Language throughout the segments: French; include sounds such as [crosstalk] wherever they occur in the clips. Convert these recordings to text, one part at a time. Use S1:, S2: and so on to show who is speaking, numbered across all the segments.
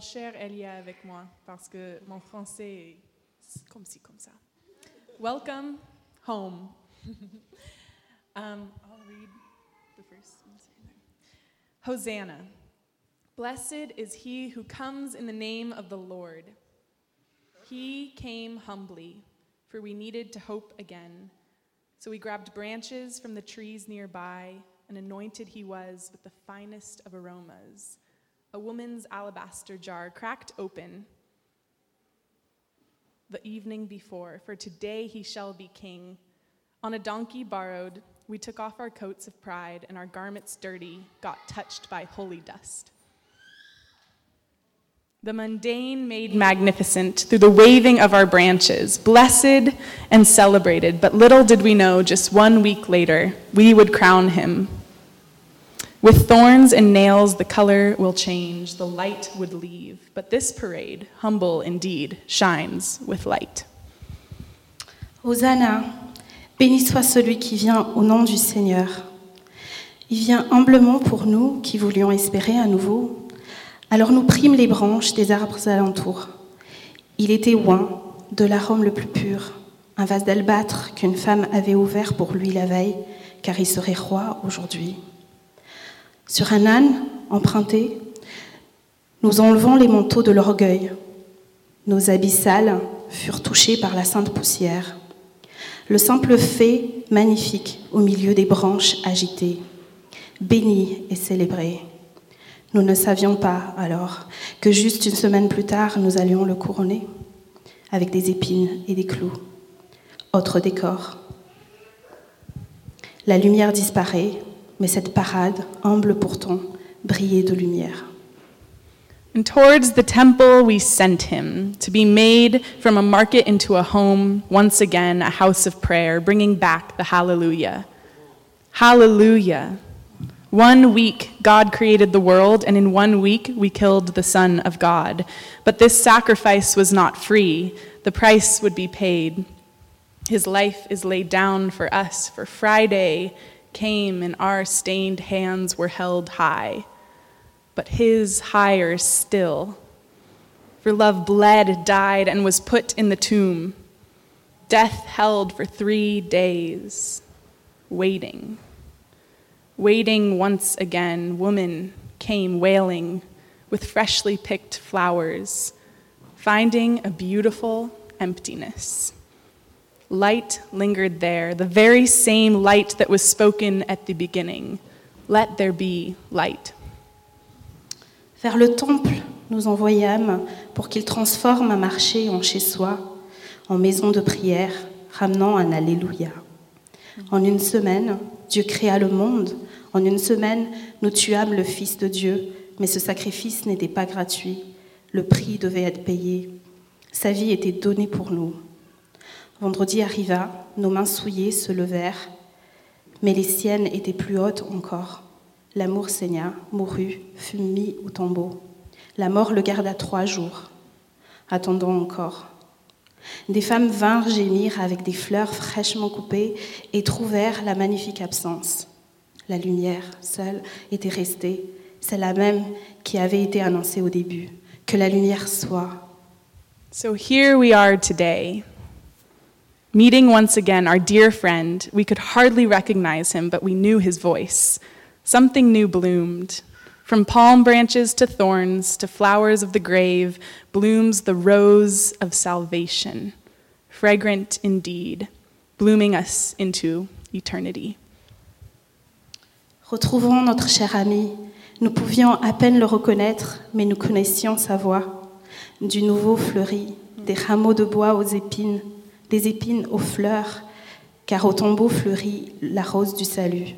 S1: Chère Elia avec moi, parce que mon français est comme ci, comme ça. Welcome home. [laughs] um, I'll read the first one. Hosanna. Blessed is he who comes in the name of the Lord. He came humbly, for we needed to hope again. So we grabbed branches from the trees nearby, and anointed he was with the finest of aromas. A woman's alabaster jar cracked open the evening before, for today he shall be king. On a donkey borrowed, we took off our coats of pride, and our garments dirty got touched by holy dust. The mundane made magnificent through the waving of our branches, blessed and celebrated, but little did we know just one week later we would crown him. With thorns and nails, the color will change, the light would leave, but this parade, humble indeed, shines with light.
S2: Hosanna, béni soit celui qui vient au nom du Seigneur. Il vient humblement pour nous qui voulions espérer à nouveau. Alors nous prîmes les branches des arbres alentours. Il était oint, de l'arôme le plus pur, un vase d'albâtre qu'une femme avait ouvert pour lui la veille, car il serait roi aujourd'hui. Sur un âne emprunté, nous enlevons les manteaux de l'orgueil. Nos habits sales furent touchés par la sainte poussière. Le simple fait magnifique au milieu des branches agitées, béni et célébré. Nous ne savions pas alors que juste une semaine plus tard, nous allions le couronner avec des épines et des clous. Autre décor. La lumière disparaît, mais cette parade, humble pourtant, brillait de lumière.
S1: And towards the temple we sent him, to be made from a market into a home, once again a house of prayer, bringing back the hallelujah. Hallelujah. One week God created the world, and in one week we killed the Son of God. But this sacrifice was not free, the price would be paid. His life is laid down for us, for Friday came and our stained hands were held high but his higher still. For love bled, died, and was put in the tomb. Death held for three days, waiting. Waiting once again, woman came wailing with freshly picked flowers, finding a beautiful emptiness. Light lingered there, the very same light that was spoken at the beginning. Let there be light.
S2: Vers le temple, nous envoyâmes pour qu'il transforme un marché en chez soi, en maison de prière, ramenant un Alléluia. En une semaine, Dieu créa le monde. En une semaine, nous tuâmes le Fils de Dieu, mais ce sacrifice n'était pas gratuit. Le prix devait être payé. Sa vie était donnée pour nous. Vendredi arriva, nos mains souillées se levèrent, mais les siennes étaient plus hautes encore. L'amour saigna, mourut, fut mis au tombeau. La mort le garda trois jours, attendant encore. Des femmes vinrent gémir avec des fleurs fraîchement coupées et trouvèrent la magnifique absence. La lumière, seule, était restée, celle-là même qui avait été annoncée au début. Que la lumière soit,
S1: So here we are today, meeting once again our dear friend. We could hardly recognize him, but we knew his voice. Something new bloomed. From palm branches to thorns to flowers of the grave blooms the rose of salvation, fragrant indeed, blooming us into eternity.
S2: Retrouvons notre cher ami. Nous pouvions à peine le reconnaître, mais nous connaissions sa voix. Du nouveau fleuri, des rameaux de bois aux épines, des épines aux fleurs, car au tombeau fleurit la rose du salut.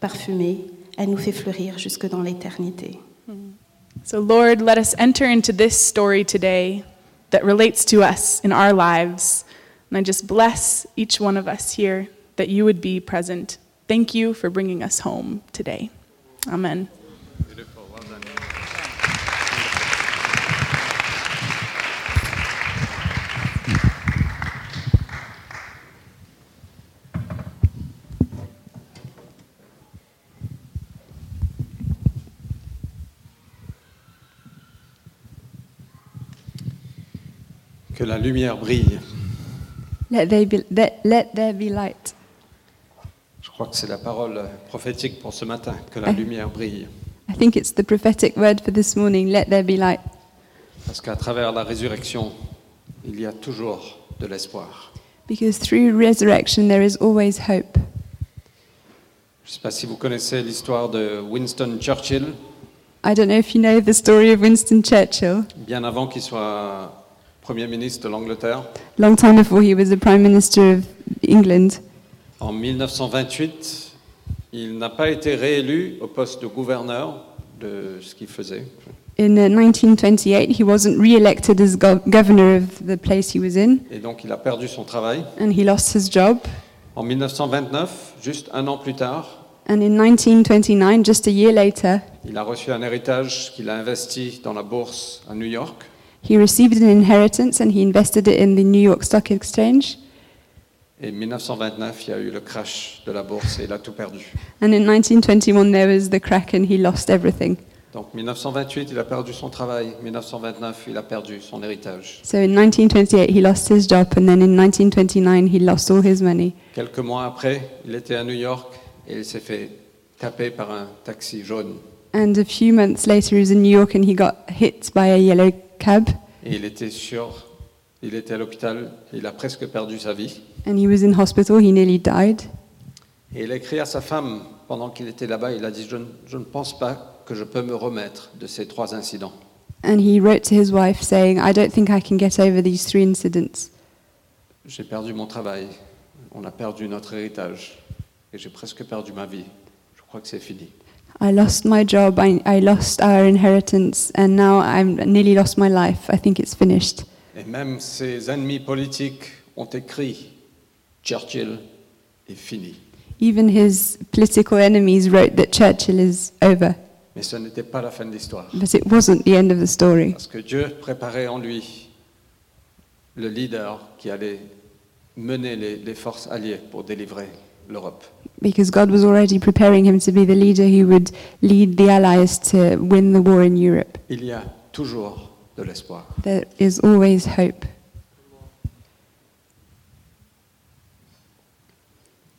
S2: Parfumée, elle nous fait fleurir jusque dans l'éternité.
S1: So, Lord, let us enter into this story today that relates to us in our lives. And I just bless each one of us here that you would be present. Thank you for bringing us home today. Amen.
S3: Que la lumière brille.
S4: Let there be, let, let there be light.
S3: Je crois que c'est la parole prophétique pour ce matin. Que la
S4: Ah.
S3: lumière brille.
S4: I think it's the prophetic word for this morning let there be light.
S3: Parce qu'à travers la résurrection, il y a toujours de l'espoir.
S4: Because through resurrection, there is always hope.
S3: Je ne sais pas si vous connaissez l'histoire de Winston Churchill,
S4: I don't know if you know the story of Winston Churchill,
S3: bien avant qu'il soit Premier ministre de l'Angleterre.
S4: long time before he was the Prime Minister of England.
S3: En 1928, il n'a pas été réélu au poste de gouverneur de ce qu'il faisait.
S4: In uh, 1928, he wasn't re elected as gov- governor of the place he was in,
S3: Et donc il a perdu son travail.
S4: and he lost his job.
S3: En 1929, juste un an plus tard,
S4: And in 1929, just a year later,
S3: il a reçu un héritage qu'il a investi dans la bourse à New York.
S4: he received an inheritance and he invested it in the New York Stock Exchange.
S3: Et 1929, il y a eu le crash de la bourse et il a tout perdu.
S4: And in 1921, there was the crack and he lost everything.
S3: Donc 1928, il a perdu son travail. 1929, il a perdu son héritage.
S4: So in 1928, he lost his job, and then in 1929, he lost all his money.
S3: Quelques mois après, il était à New York et il s'est fait taper par un taxi jaune.
S4: And a few months later, he was in New York and he got hit by a yellow cab,
S3: Et il était sûr, il était à l'hôpital, il a presque perdu sa vie.
S4: and he was in hospital. He nearly died.
S3: Et il a écrit à sa femme pendant qu'il était là-bas, il a dit je, ne- je ne pense pas que je peux me remettre de ces trois incidents.
S4: And he wrote to his wife saying, I don't think I can get over these three incidents.
S3: J'ai perdu mon travail, on a perdu notre héritage et j'ai presque perdu ma vie. Je crois que c'est fini.
S4: I lost my job, I, I lost our inheritance, and now I'm I nearly lost my life. I think it's finished.
S3: Et même ses ennemis politiques ont écrit Churchill est fini.
S4: Even his political enemies wrote that Churchill is over.
S3: Mais ce n'était pas la fin de l'histoire.
S4: But it wasn't the end of the story.
S3: Parce que Dieu préparait en lui le leader qui allait mener les, les forces alliées pour délivrer l'Europe.
S4: because God was already preparing him to be the leader who would lead the Allies to win the war in Europe.
S3: Il y a toujours de l'espoir.
S4: There is always hope.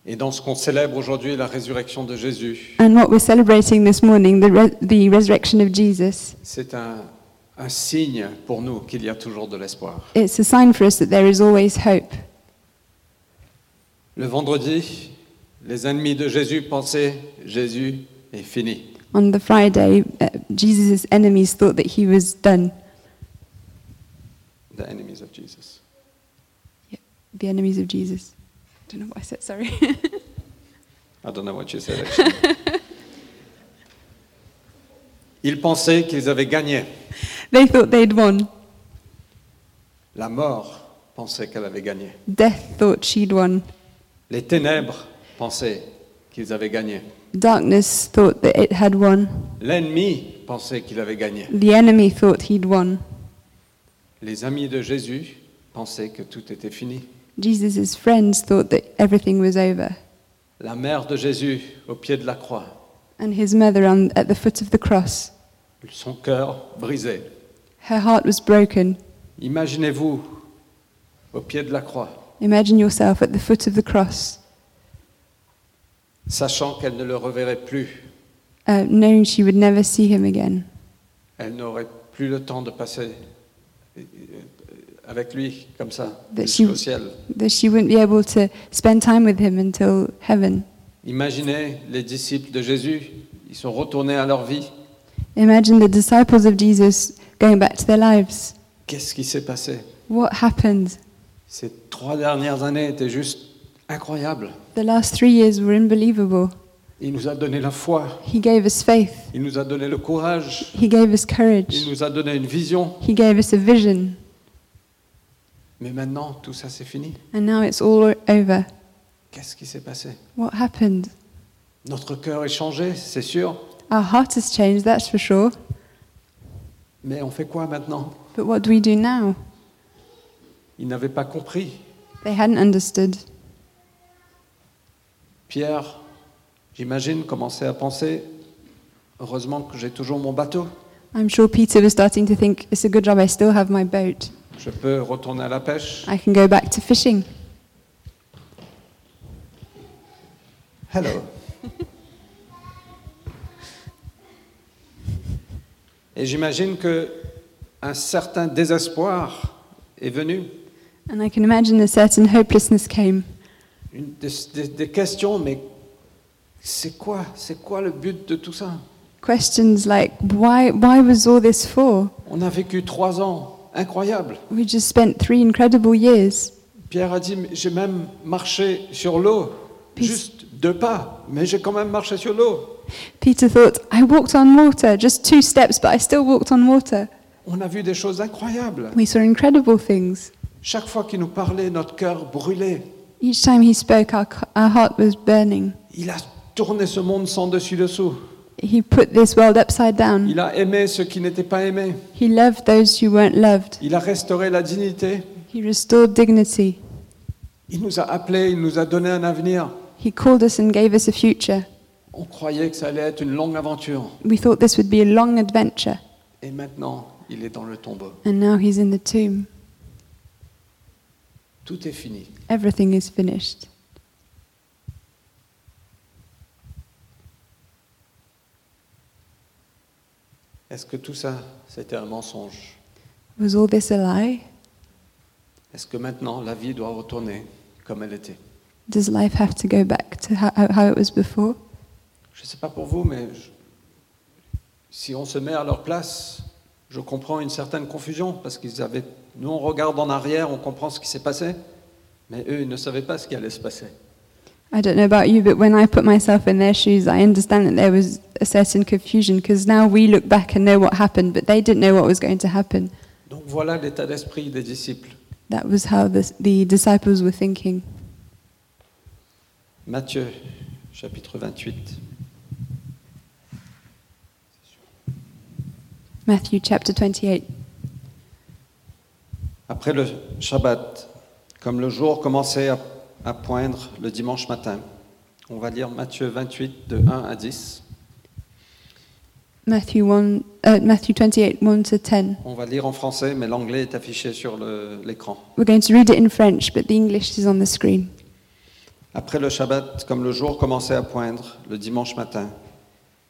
S3: Et dans ce qu'on célèbre aujourd'hui, la résurrection de Jésus,
S4: And what we're celebrating this morning, the, re- the resurrection of Jesus,
S3: c'est un, un signe pour nous qu'il y a toujours de l'espoir.
S4: it's a sign for us that there is always hope.
S3: Le vendredi, les ennemis de Jésus pensaient Jésus est fini.
S4: On the Friday, uh, Jesus' enemies thought that he was done.
S3: The enemies of Jesus.
S4: The enemies of Jesus. I don't know what I said, sorry.
S3: I don't know what you said, actually. Ils pensaient qu'ils avaient gagné.
S4: they thought they'd won.
S3: La mort pensait qu'elle avait gagné.
S4: Death thought she'd won.
S3: Les ténèbres pensaient qu'ils avaient gagné.
S4: Darkness thought that it had won.
S3: L'ennemi pensait qu'il avait gagné.
S4: The enemy thought he'd won.
S3: Les amis de Jésus pensaient que tout était fini.
S4: Jesus' friends thought that everything was over,
S3: La mère de Jésus au pied de la croix,
S4: and his mother on, at the foot of the cross.
S3: son cœur brisé.
S4: Her heart was broken.
S3: Imaginez-vous au pied de la croix,
S4: Imagine yourself at the foot of the cross,
S3: sachant qu'elle ne le reverrait plus.
S4: uh, knowing she would never see him again.
S3: Elle n'aurait plus le temps de passer euh, avec lui comme ça,
S4: That she-
S3: jusqu'au ciel.
S4: That she wouldn't be able to spend time with him until heaven.
S3: Imaginez les disciples de Jésus, ils sont retournés à leur vie.
S4: Imagine the disciples of Jesus going back to their lives.
S3: Qu'est-ce qui s'est passé
S4: What happened?
S3: Ces trois dernières années étaient juste incroyables.
S4: The last three years were unbelievable.
S3: Il nous a donné la foi,
S4: He gave us faith,
S3: il nous a donné le courage,
S4: He gave us
S3: il
S4: courage,
S3: nous a donné une vision.
S4: He gave us a vision,
S3: Mais maintenant, tout ça c'est fini.
S4: and now it's all over.
S3: Qu'est-ce qui s'est passé
S4: What happened?
S3: Notre cœur est changé, c'est sûr.
S4: Our heart has changed, that's for sure.
S3: Mais on fait quoi maintenant
S4: But what do we do now?
S3: Ils n'avaient pas compris.
S4: They hadn't understood.
S3: Pierre, j'imagine, commençait à penser heureusement que j'ai toujours mon bateau.
S4: I'm sure Peter was starting to think it's a good job I still have my boat.
S3: Je peux retourner à la pêche.
S4: I can go back to fishing.
S3: Hello. Et j'imagine que un certain désespoir est venu,
S4: And I can imagine a certain hopelessness came.
S3: une- des, des- des questions, mais c'est quoi, c'est quoi le but de tout ça
S4: Questions like, why, why was all this for?
S3: On a vécu trois ans, incroyable.
S4: We just spent three incredible years.
S3: Pierre a dit, mais j'ai même marché sur l'eau,
S4: Puis-
S3: juste deux pas, mais j'ai quand même marché sur l'eau.
S4: Peter thought, I walked on water, just two steps, but I still walked on water.
S3: On a vu des choses incroyables.
S4: We saw incredible things.
S3: Chaque fois qu'il nous parlait, notre cœur brûlait.
S4: Each time he spoke, our, c- our heart was burning.
S3: Il a tourné ce monde sans dessus-dessous.
S4: He put this world upside down.
S3: Il a aimé ceux qui n'étaient pas aimés.
S4: He loved those who weren't loved.
S3: Il a restauré la dignité.
S4: He restored dignity.
S3: Il nous a appelés, il nous a donné un avenir.
S4: He called us and gave us a future.
S3: On croyait que ça allait être une longue aventure.
S4: We thought this would be a long adventure,
S3: Et maintenant, il est dans le tombeau.
S4: and now he's in the tomb.
S3: Tout est fini.
S4: Everything is finished.
S3: Est-ce que tout ça, c'était un mensonge
S4: Was all this a lie?
S3: Est-ce que maintenant, la vie doit retourner comme elle était
S4: Does life have to go back to how, how it was before?
S3: Je ne sais pas pour vous, mais je- si on se met à leur place, je comprends une certaine confusion parce qu'ils avaient. Nous, on regarde en arrière, on comprend ce qui s'est passé, mais eux, ils ne savaient pas ce qui allait se passer.
S4: I don't know about you, but when I put myself in their shoes, I understand that there was a certain confusion because now we look back and know what happened, but they didn't know what was going to happen.
S3: Donc voilà l'état d'esprit des disciples.
S4: That was how the, the disciples were thinking.
S3: Matthieu, chapitre 28.
S4: Matthew chapter 28.
S3: Après le Shabbat, comme le jour commençait à, à poindre le dimanche matin, on va lire Matthieu 28 de 1 à 10.
S4: Matthew, 1, uh, Matthew 28, 1 to 10.
S3: On va lire en français, mais l'anglais est affiché sur le- l'écran.
S4: We're going to read it in French, but the English is on the screen.
S3: Après le Shabbat, comme le jour commençait à poindre le dimanche matin,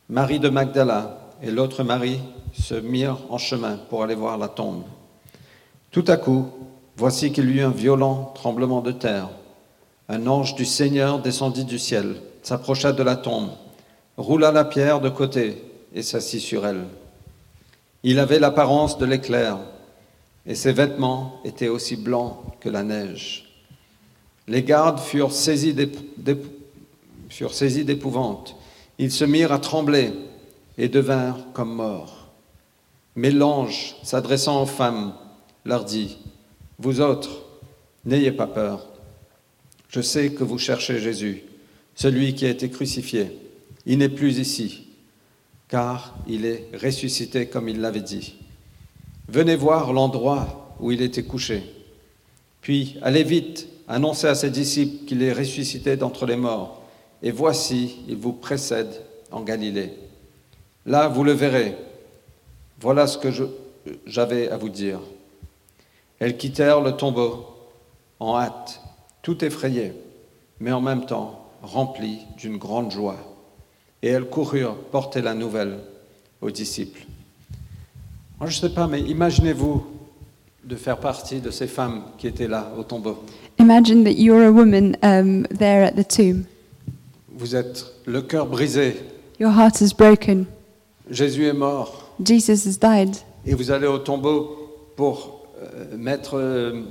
S3: Marie de Magdala et l'autre Marie se mirent en chemin pour aller voir la tombe. Tout à coup, voici qu'il y eut un violent tremblement de terre. Un ange du Seigneur descendit du ciel, s'approcha de la tombe, roula la pierre de côté et s'assit sur elle. Il avait l'apparence de l'éclair, et ses vêtements étaient aussi blancs que la neige. Les gardes furent saisis d'ép- d'ép- furent saisis d'épouvante. Ils se mirent à trembler et devinrent comme morts. Mais l'ange, s'adressant aux femmes, leur dit, Vous autres, n'ayez pas peur. Je sais que vous cherchez Jésus, celui qui a été crucifié. Il n'est plus ici, car il est ressuscité comme il l'avait dit. Venez voir l'endroit où il était couché. Puis allez vite, annoncez à ses disciples qu'il est ressuscité d'entre les morts. Et voici, il vous précède en Galilée. Là, vous le verrez. Voilà ce que je- j'avais à vous dire. Elles quittèrent le tombeau en hâte, tout effrayées, mais en même temps remplies d'une grande joie. Et elles coururent porter la nouvelle aux disciples. Moi, je ne sais pas, mais imaginez-vous de faire partie de ces femmes qui étaient là au tombeau.
S4: Imagine that you're a woman um, there at the tomb.
S3: Vous êtes le cœur brisé,
S4: Your heart is broken.
S3: Jésus est mort,
S4: Jesus has died.
S3: et vous allez au tombeau pour euh, mettre euh,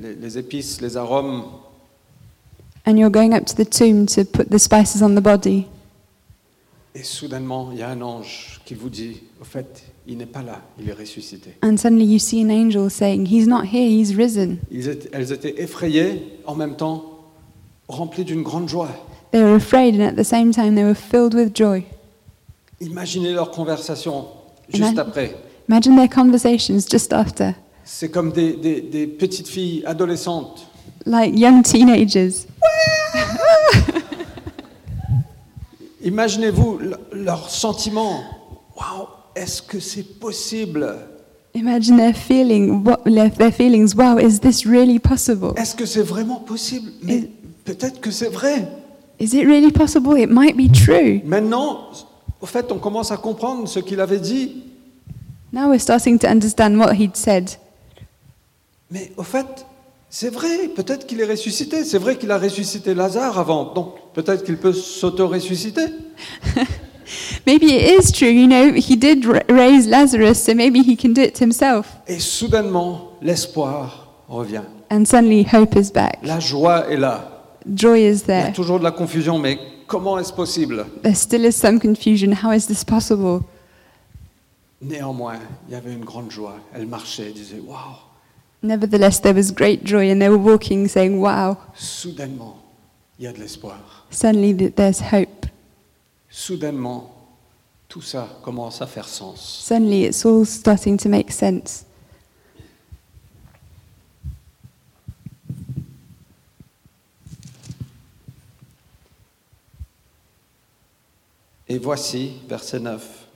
S3: les, les épices, les arômes.
S4: And you're going up to the tomb to put the spices on the body.
S3: Et soudainement, il y a un ange qui vous dit, au fait, il n'est pas là, il est ressuscité.
S4: And suddenly you see an angel saying, He's not here, he's risen.
S3: Ils étaient- elles étaient effrayées, en même temps remplies d'une grande joie.
S4: They were afraid, and at the same time, they were filled with joy.
S3: Imaginez leur conversation juste
S4: Amen.
S3: après.
S4: Imagine their conversations just after,
S3: C'est comme des- des- des petites filles adolescentes
S4: like young teenagers.
S3: Imaginez-vous le- leur sentiment. Waouh, est-ce que c'est possible
S4: Imagine their feeling, what, their feelings. Wow, is this really possible?
S5: Est-ce que c'est vraiment possible Mais peut-être que c'est vrai.
S4: Is it really possible? It might be true.
S3: Maintenant, au fait, on commence à comprendre ce qu'il avait dit.
S4: Now we're starting to understand what he'd said.
S3: Mais au fait, c'est vrai, peut-être qu'il est ressuscité. C'est vrai qu'il a ressuscité Lazare avant, donc peut-être qu'il peut s'auto-ressusciter.
S4: Maybe it is true. You know, he did ra- raise Lazarus, so maybe he can do it himself.
S3: Et soudainement, l'espoir revient.
S4: And suddenly, hope is back.
S3: La joie est là.
S4: Joy is
S3: Il y a
S4: there.
S3: toujours de la confusion, mais comment est-ce possible
S4: There still is some confusion. How is this possible?
S3: Néanmoins, il y avait une grande joie. Elle marchait, elle disait Waouh
S4: Nevertheless, there was great joy, and they were walking, saying, Wow,
S3: Soudainement, il y a de l'espoir.
S4: suddenly th- there's hope.
S3: Soudainement, tout ça commence à faire sens.
S4: Suddenly, it's all starting to make sense.
S3: Et voici, verset 9,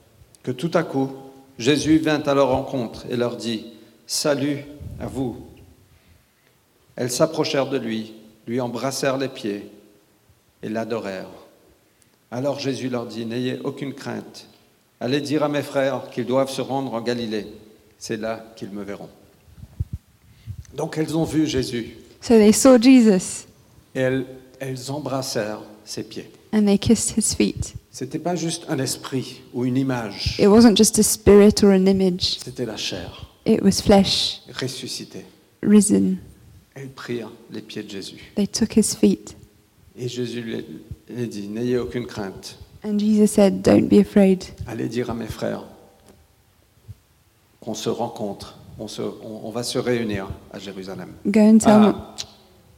S3: que tout à coup, Jésus vint à leur rencontre et leur dit, Salut à vous. Elles s'approchèrent de lui, lui embrassèrent les pieds et l'adorèrent. Alors Jésus leur dit, N'ayez aucune crainte, allez dire à mes frères qu'ils doivent se rendre en Galilée, c'est là qu'ils me verront. Donc elles ont vu Jésus
S4: So they saw Jesus,
S3: et elles, elles embrassèrent ses pieds.
S4: and they kissed his feet.
S3: C'était pas juste un esprit ou une image,
S4: It wasn't just a spirit or an image,
S3: c'était la chair.
S4: it was flesh,
S3: ressuscité.
S4: risen.
S3: Elles prirent les pieds de Jésus.
S4: They took his feet.
S3: Et Jésus les- les dit, n'ayez aucune crainte,
S4: And Jesus said, Don't be afraid.
S3: allez dire à mes frères qu'on se rencontre, on, se- on- on va se réunir à Jérusalem,
S4: Go and tell, my,
S3: à,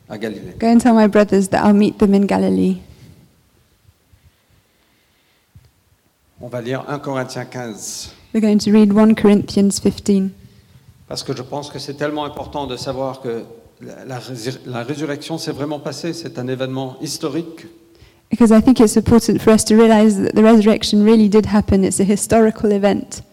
S3: à Galilée.
S4: go and tell my brothers that I'll meet them in Galilee.
S3: On va lire 1 Corinthiens 15,
S4: We're going to read 1 Corinthians 15
S3: parce que je pense que c'est tellement important de savoir que la, la résur- la résurrection s'est vraiment passée, c'est un événement historique.
S4: because I think it's important for us to realize that the resurrection really did happen. It's a historical event.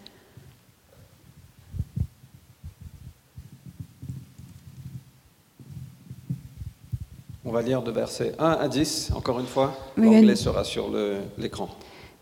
S3: On va lire de versets 1 à 10, encore une fois,
S4: Oui,
S3: l'anglais
S4: Gaël.
S3: sera sur le- l'écran.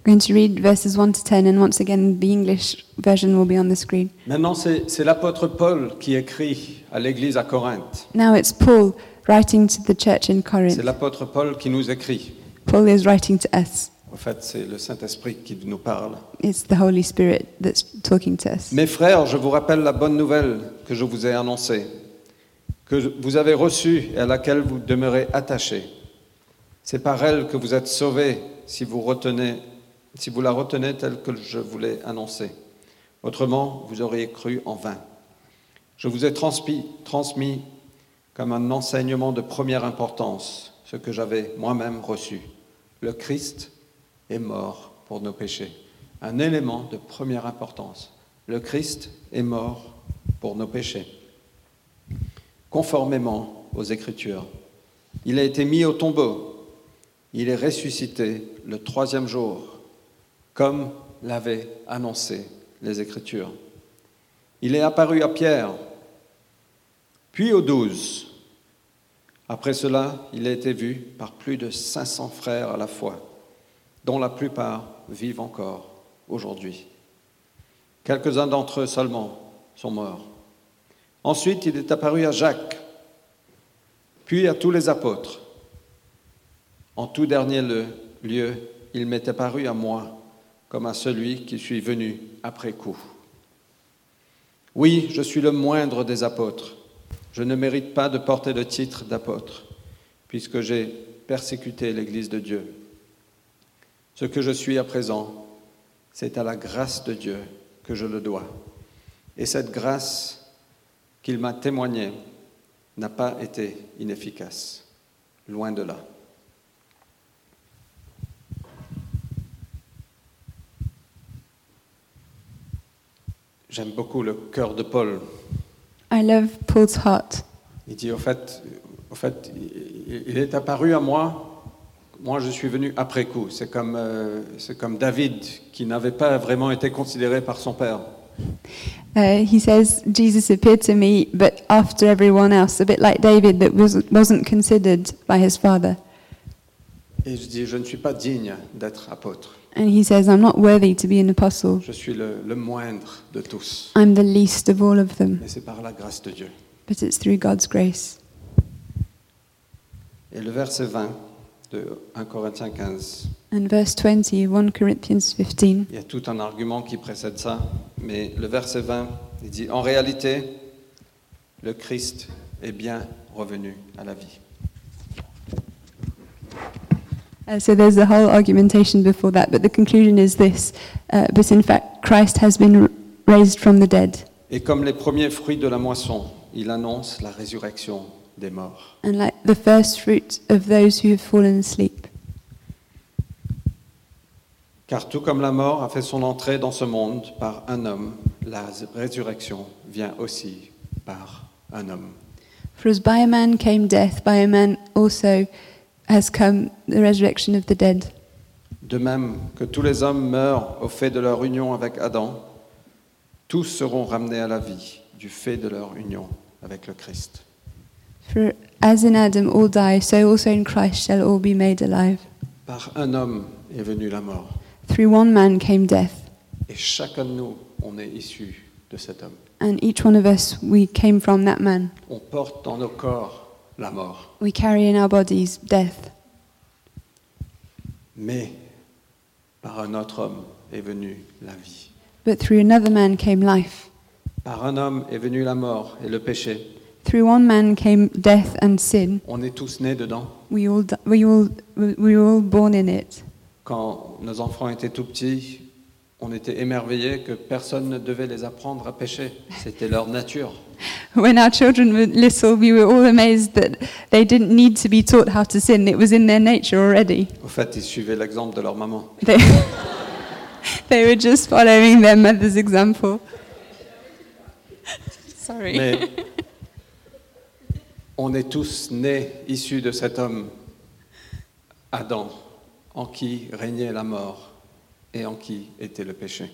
S4: We're going to read verses 1 to 10, and once again, the English version will be on the screen.
S3: Maintenant, c'est c'est l'apôtre Paul qui écrit à l'église à Corinthe.
S4: Now it's Paul writing to the church in
S3: C'est
S4: Corinth.
S3: l'apôtre Paul qui nous écrit.
S4: Paul is writing to us.
S3: En fait, c'est le Saint-Esprit qui nous parle.
S4: It's the Holy Spirit that's talking to us.
S3: Mes frères, je vous rappelle la bonne nouvelle que je vous ai annoncée, que vous avez reçue et à laquelle vous demeurez attachés. C'est par elle que vous êtes sauvés si vous, retenez, si vous la retenez telle que je vous l'ai annoncée. Autrement, vous auriez cru en vain. Je vous ai transpi- transmis comme un enseignement de première importance ce que j'avais moi-même reçu. Le Christ est mort pour nos péchés. Un élément de première importance. Le Christ est mort pour nos péchés. Conformément aux Écritures, il a été mis au tombeau. Il est ressuscité le troisième jour, comme l'avaient annoncé les Écritures. Il est apparu à Pierre, puis aux douze. Après cela, il a été vu par plus de 500 frères à la fois, dont la plupart vivent encore aujourd'hui. Quelques-uns d'entre eux seulement sont morts. Ensuite, il est apparu à Jacques, puis à tous les apôtres. En tout dernier le- lieu, il m'est apparu à moi, comme à celui qui suis venu après coup. Oui, je suis le moindre des apôtres. Je ne mérite pas de porter le titre d'apôtre, puisque j'ai persécuté l'Église de Dieu. Ce que je suis à présent, c'est à la grâce de Dieu que je le dois. Et cette grâce qu'il m'a témoignée n'a pas été inefficace, loin de là. J'aime beaucoup le cœur de Paul.
S4: I love Paul's heart.
S3: Il dit, au fait, au fait il il est apparu à moi, moi je suis venu après coup. C'est comme, euh, c'est comme David qui n'avait pas vraiment été considéré par son père.
S4: Uh, he says, Jesus appeared to me, but after everyone else, a bit like David that wasn't, wasn't considered by his father.
S3: Et je dis, je ne suis pas digne d'être apôtre.
S4: And he says, I'm not worthy to be an apostle.
S3: Je suis le, le moindre de tous.
S4: I'm the least of all of them,
S3: Mais c'est par la grâce de Dieu.
S4: but it's through God's grace.
S3: Et le verset 20 de 1 Corinthiens 15,
S4: And verse 20, 1 Corinthians 15.
S3: il y a tout un argument qui précède ça, mais le verset 20, il dit, en réalité, le Christ est bien revenu à la vie.
S4: Uh, so there's a whole argumentation before that, but the conclusion is this. Uh, but in fact, Christ has been r- raised from the dead.
S3: Et comme les premiers fruits de la moisson, il annonce la résurrection des morts.
S4: and like the first fruit of those who have fallen asleep.
S3: Car tout comme la mort a fait son entrée dans ce monde par un homme, la résurrection vient aussi par un homme.
S4: For as by a man came death, by a man also has come the resurrection of the dead.
S3: De même que tous les hommes meurent au fait de leur union avec Adam, tous seront ramenés à la vie du fait de leur union avec le Christ.
S4: For as in Adam all die, so also in Christ shall all be made alive.
S3: Par un homme est venue la mort,
S4: Through one man came death,
S3: et chacun de nous, on est issu de cet homme.
S4: and each one of us, we came from that man.
S3: On porte dans nos corps la mort,
S4: We carry in our bodies death,
S3: mais par un autre homme est venue la vie.
S4: but through another man came life.
S3: Par un homme est venue la mort et le péché.
S4: Through one man came death and sin.
S3: On est tous nés dedans.
S4: We all, di- we all, we we were all born in it.
S3: Quand nos enfants étaient tout petits, on était émerveillés que personne ne devait les apprendre à pécher. C'était leur nature.
S4: [laughs] When our children were little, we were all amazed that they didn't need to be taught how to sin. It was in their nature already. [laughs]
S3: Au fait, ils suivaient l'exemple de leur maman.
S4: They, [laughs] they were just following their mother's example. Sorry.
S3: Mais on est tous nés issus de cet homme, Adam, en qui régnait la mort et en qui était le péché.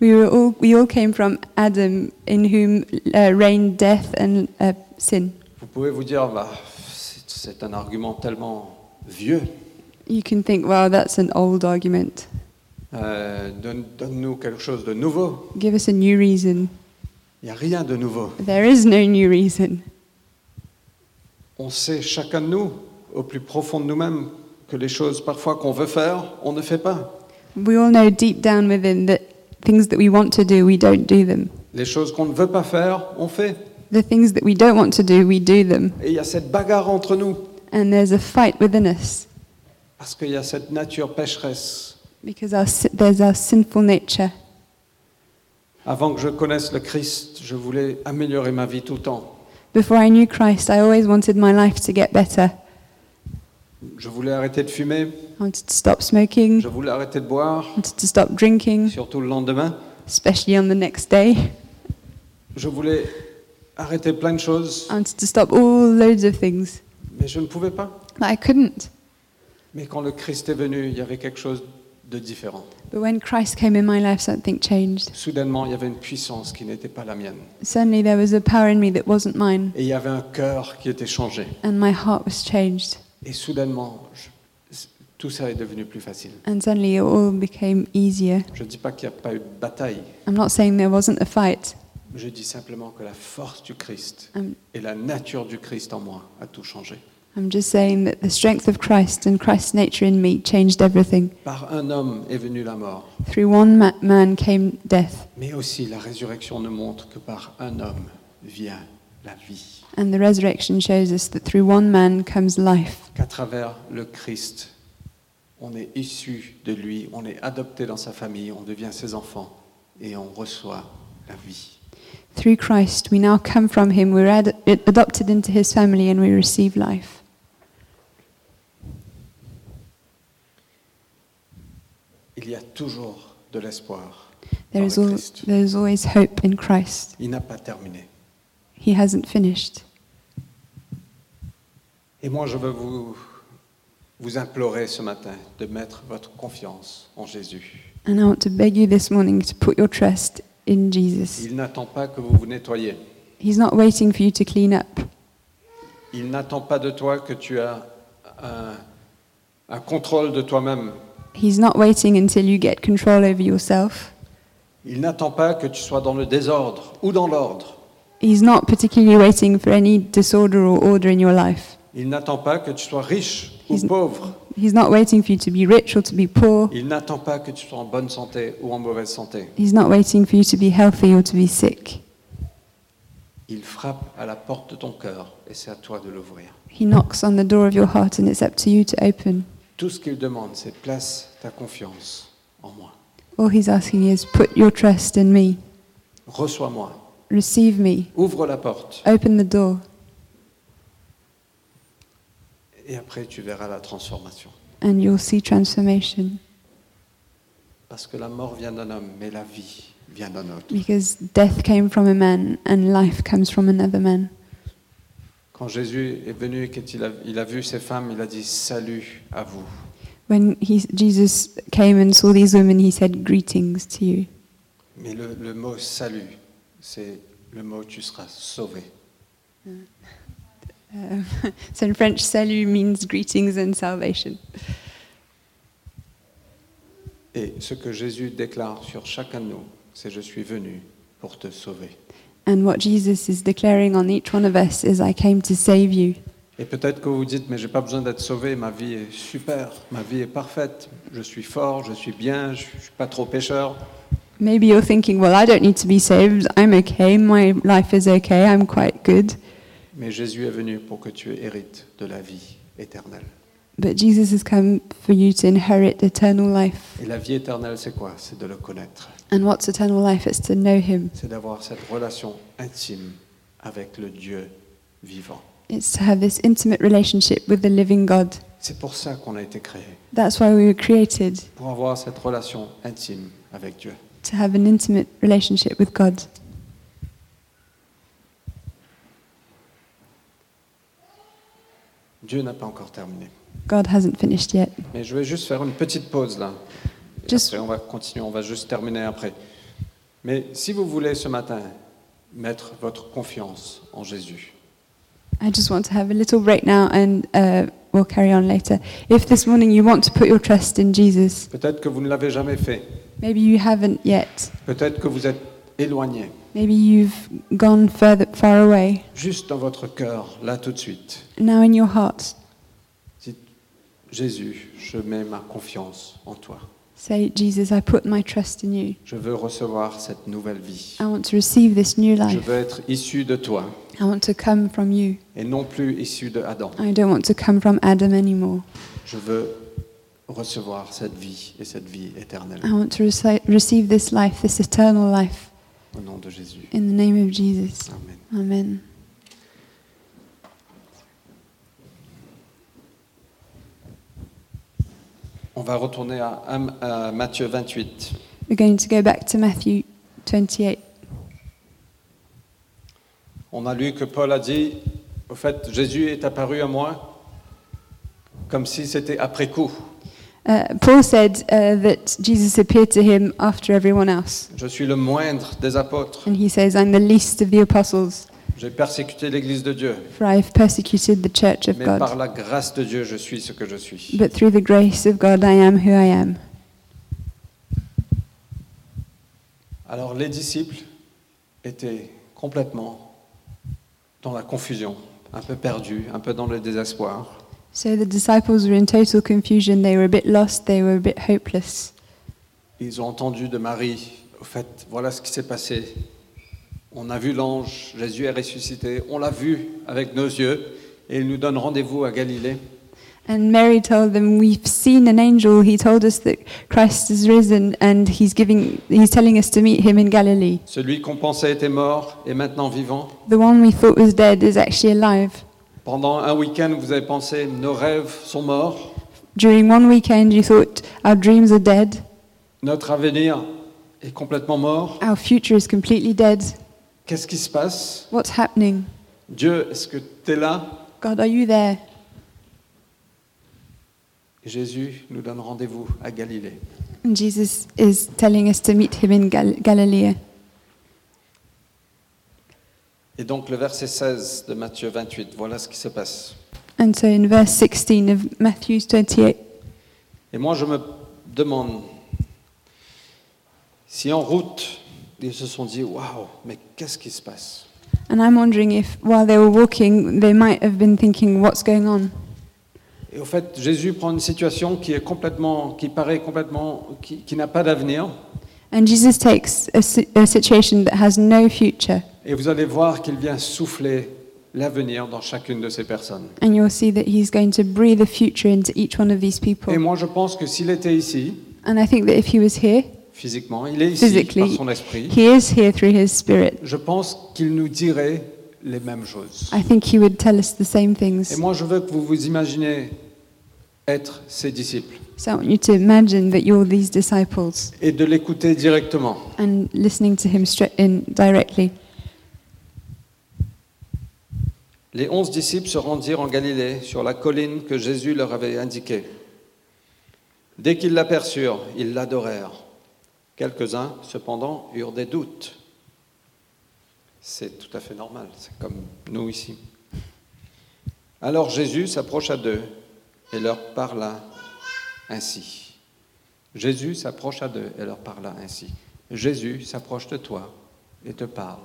S4: We, were all, we all came from Adam, in whom uh, reigned death and uh, sin.
S3: Vous pouvez vous dire, bah, c'est c'est un argument tellement vieux.
S4: You can think, wow, that's an old argument.
S3: Euh, donne- Donne-nous quelque chose de nouveau.
S4: Give us a new reason.
S3: Il n'y a rien de nouveau.
S4: There is no new reason.
S3: On sait chacun de nous, au plus profond de nous-mêmes, que les choses parfois qu'on veut faire, on ne fait pas.
S4: We all know deep down within that things that we want to do, we don't do them.
S3: Les choses qu'on ne veut pas faire, on fait.
S4: The things that we don't want to do, we do them.
S3: Et il y a cette bagarre entre nous,
S4: And there's a fight within us
S3: parce qu'il y a cette nature pécheresse.
S4: because our, si- there's our sinful nature.
S3: Avant que je connaisse le Christ, je voulais améliorer ma vie tout le temps.
S4: Before I knew Christ, I always wanted my life to get better.
S3: Je voulais arrêter de fumer,
S4: I wanted to stop smoking,
S3: je voulais arrêter de boire,
S4: wanted to stop drinking,
S3: surtout le lendemain.
S4: especially on the next day.
S3: Je voulais arrêter plein de choses,
S4: I wanted to stop all loads of things,
S3: mais je ne pouvais pas.
S4: but I couldn't.
S3: Mais quand le Christ est venu, il y avait quelque chose de différent.
S4: But when Christ came in my life, something changed.
S3: Soudainement, il y avait une puissance qui n'était pas la mienne.
S4: Suddenly, there was a power in me that wasn't mine,
S3: Et il y avait un cœur qui était changé.
S4: and my heart was changed.
S3: Et soudainement, je- tout ça est devenu plus facile.
S4: And suddenly, it all became easier.
S3: Je ne dis pas qu'il n'y a pas eu de bataille.
S4: I'm not saying there wasn't a fight,
S3: Je dis simplement que la force du Christ
S4: Hum.
S3: et la nature du Christ en moi a tout changé.
S4: I'm just saying that the strength of Christ and Christ's nature in me changed everything.
S3: Par un homme est venue la mort.
S4: Through one ma- man came death,
S3: Mais aussi la résurrection nous montre que par un homme vient la vie.
S4: and the resurrection shows us that through one man comes life.
S3: Qu'à travers le Christ, on est issu de lui, on est adopté dans sa famille, on devient ses enfants et on reçoit la vie.
S4: Through Christ, we now come from him, we're ad- adopted into his family, and we receive life.
S3: Il y a toujours de l'espoir dans
S4: There
S3: le
S4: is, al-
S3: Christ.
S4: there is always hope in Christ.
S3: Il n'a pas terminé.
S4: He hasn't finished.
S3: Et moi, je veux vous, vous implorer ce matin de mettre votre confiance en Jésus.
S4: And I want to beg you this morning to put your trust in Jesus.
S3: Il n'attend pas que vous vous nettoyiez.
S4: He's not waiting for you to clean up.
S3: Il n'attend pas de toi que tu as un, un contrôle de toi-même.
S4: He's not waiting until you get control over yourself.
S3: Il n'attend pas que tu sois dans le désordre ou dans l'ordre.
S4: He's not particularly waiting for any disorder or order in your life.
S3: Il n'attend pas que tu sois riche ou
S4: He's-
S3: pauvre.
S4: He's not waiting for you to be rich or to be poor.
S3: Il n'attend pas que tu sois en bonne santé ou en mauvaise santé.
S4: He's not waiting for you to be healthy or to be sick.
S3: Il frappe à la porte de ton cœur et c'est à toi de l'ouvrir.
S4: He knocks on the door of your heart and it's up to you to open.
S3: Tout ce qu'il demande, c'est place ta confiance en moi.
S4: All he's asking is put your trust in me.
S3: Reçois-moi.
S4: Receive me.
S3: Ouvre la porte
S4: Open the door
S3: et après tu verras la transformation.
S4: and you'll see transformation
S3: Parce que la mort vient d'un homme, mais la vie vient d'un autre.
S4: because death came from a man and life comes from another man.
S3: Quand Jésus est venu et qu'il a, il a vu ces femmes, il a dit Salut à vous.
S4: When he, Jesus came and saw these women, he said, Greetings to you.
S3: Mais le, le mot salut, c'est le mot tu seras sauvé.
S4: Um, so in French, salut means greetings and salvation.
S3: Et ce que Jésus déclare sur chacun de nous, c'est Je suis venu pour te sauver.
S4: And what Jesus is declaring on each one of us is, I came to save you.
S3: Et peut-être que vous vous dites, mais j'ai pas besoin d'être sauvé, ma vie est super, ma vie est parfaite, je suis fort, je suis bien, je suis pas trop pécheur.
S4: Maybe you're thinking, well, I don't need to be saved. I'm okay. My life is okay. I'm quite good.
S3: Mais Jésus est venu pour que tu hérites de la vie éternelle.
S4: But Jesus has come for you to inherit eternal life.
S3: Et la vie éternelle, c'est quoi C'est de le connaître.
S4: And what's eternal life? It's to know him.
S3: C'est d'avoir cette relation intime avec le Dieu vivant.
S4: It's to have this intimate relationship with the living God.
S3: C'est pour ça qu'on a été créé,
S4: That's why we were created,
S3: pour avoir cette relation intime avec Dieu.
S4: to have an intimate relationship with God.
S3: Dieu n'a pas encore terminé.
S4: God hasn't finished yet.
S3: Mais je vais juste faire une petite pause là. Et
S4: Just-
S3: après, on va continuer, on va juste terminer après. Mais si vous voulez ce matin mettre votre confiance en Jésus,
S4: I just want to have a little break now and uh, we'll carry on later. If this morning you want to put your trust in Jesus,
S3: peut-être que vous ne l'avez jamais fait,
S4: maybe you haven't yet,
S3: peut-être que vous êtes éloigné,
S4: maybe you've gone further, far away,
S3: juste dans votre cœur, là tout de suite,
S4: now in your heart,
S3: dites Jésus, je mets ma confiance en toi.
S4: say, Jesus, I put my trust in you.
S3: Je veux recevoir cette nouvelle vie.
S4: I want to receive this new
S3: Je
S4: life.
S3: veux être issu de toi
S4: I want to come from you.
S3: et non plus issu de Adam.
S4: I don't want to come from Adam anymore.
S3: Je veux recevoir cette vie et cette vie éternelle.
S4: I want to reci- receive this life, this eternal life,
S3: Au nom de Jésus.
S4: in the name of Jesus.
S3: Amen.
S4: Amen.
S3: On va retourner à, Am- à Matthieu 28.
S4: We're going to go back to Matthew 28.
S3: On a lu que Paul a dit, au fait, Jésus est apparu à moi comme si c'était après coup.
S4: Uh, Paul said uh, that Jesus appeared to him after everyone else.
S3: Je suis le moindre des apôtres.
S4: And he says, I'm the least of the apostles,
S3: J'ai persécuté l'Église de Dieu.
S4: for I have persecuted the church of
S3: Mais par
S4: God.
S3: la grâce de Dieu, je suis ce que je suis.
S4: But through the grace of God, I am who I am.
S3: Alors les disciples étaient complètement dans la confusion, un peu perdus, un peu dans le désespoir.
S4: So the disciples were in total confusion. They were a bit lost. They were a bit hopeless.
S3: Ils ont entendu de Marie, au fait, voilà ce qui s'est passé. On a vu l'ange, Jésus est ressuscité, on l'a vu avec nos yeux, et il nous donne rendez-vous à Galilée.
S4: And Mary told them, "We've seen an angel. He told us that Christ is risen, and he's giving. He's telling us to meet him in Galilee.
S3: Celui qu'on pensait était mort est maintenant vivant.
S4: The one we thought was dead is actually alive."
S3: Pendant un week-end, vous avez pensé, nos rêves sont morts,
S4: During one weekend, you thought our dreams are dead.
S3: notre avenir est complètement mort.
S4: Our future is completely dead.
S3: Qu'est-ce qui se passe
S4: What's happening?
S3: Dieu, est-ce que tu es là
S4: God, are you there?
S3: Jésus nous donne rendez-vous à Galilée.
S4: And Jesus is telling us to meet him in Gal- Galilee.
S3: Et donc le verset 16 de Matthieu 28, voilà ce qui se passe.
S4: And so in verse 16 of Matthew 28,
S3: Et moi, je me demande si en route, ils se sont dit Waouh, mais qu'est-ce qui se passe
S4: and I'm wondering if while they were walking, they might have been thinking, what's going on?
S3: Et au fait, Jésus prend une situation qui est complètement, qui paraît complètement, qui, qui n'a pas d'avenir.
S4: And Jesus takes a, si- a situation that has no future,
S3: Et vous allez voir qu'il vient souffler l'avenir dans chacune de ces personnes.
S4: and you'll see that he's going to breathe a future into each one of these people.
S3: Et moi, je pense que s'il était ici,
S4: And I think that if he was here,
S3: physiquement, il est ici par
S4: physically,
S3: son esprit,
S4: he is here through his spirit.
S3: je pense qu'il nous dirait les mêmes choses.
S4: I think he would tell us the same
S3: Et
S4: things.
S3: moi, je veux que vous vous imaginez être ses disciples
S4: So I want you to imagine that you're these disciples
S3: et de l'écouter directement.
S4: and listening to him straight in directly.
S3: Les onze disciples se rendirent en Galilée, sur la colline que Jésus leur avait indiquée. Dès qu'ils l'aperçurent, ils l'adorèrent. Quelques-uns, cependant, eurent des doutes. C'est tout à fait normal, c'est comme nous ici. Alors Jésus s'approcha d'eux et leur parla ainsi. Jésus s'approcha d'eux et leur parla ainsi. Jésus s'approche de toi et te parle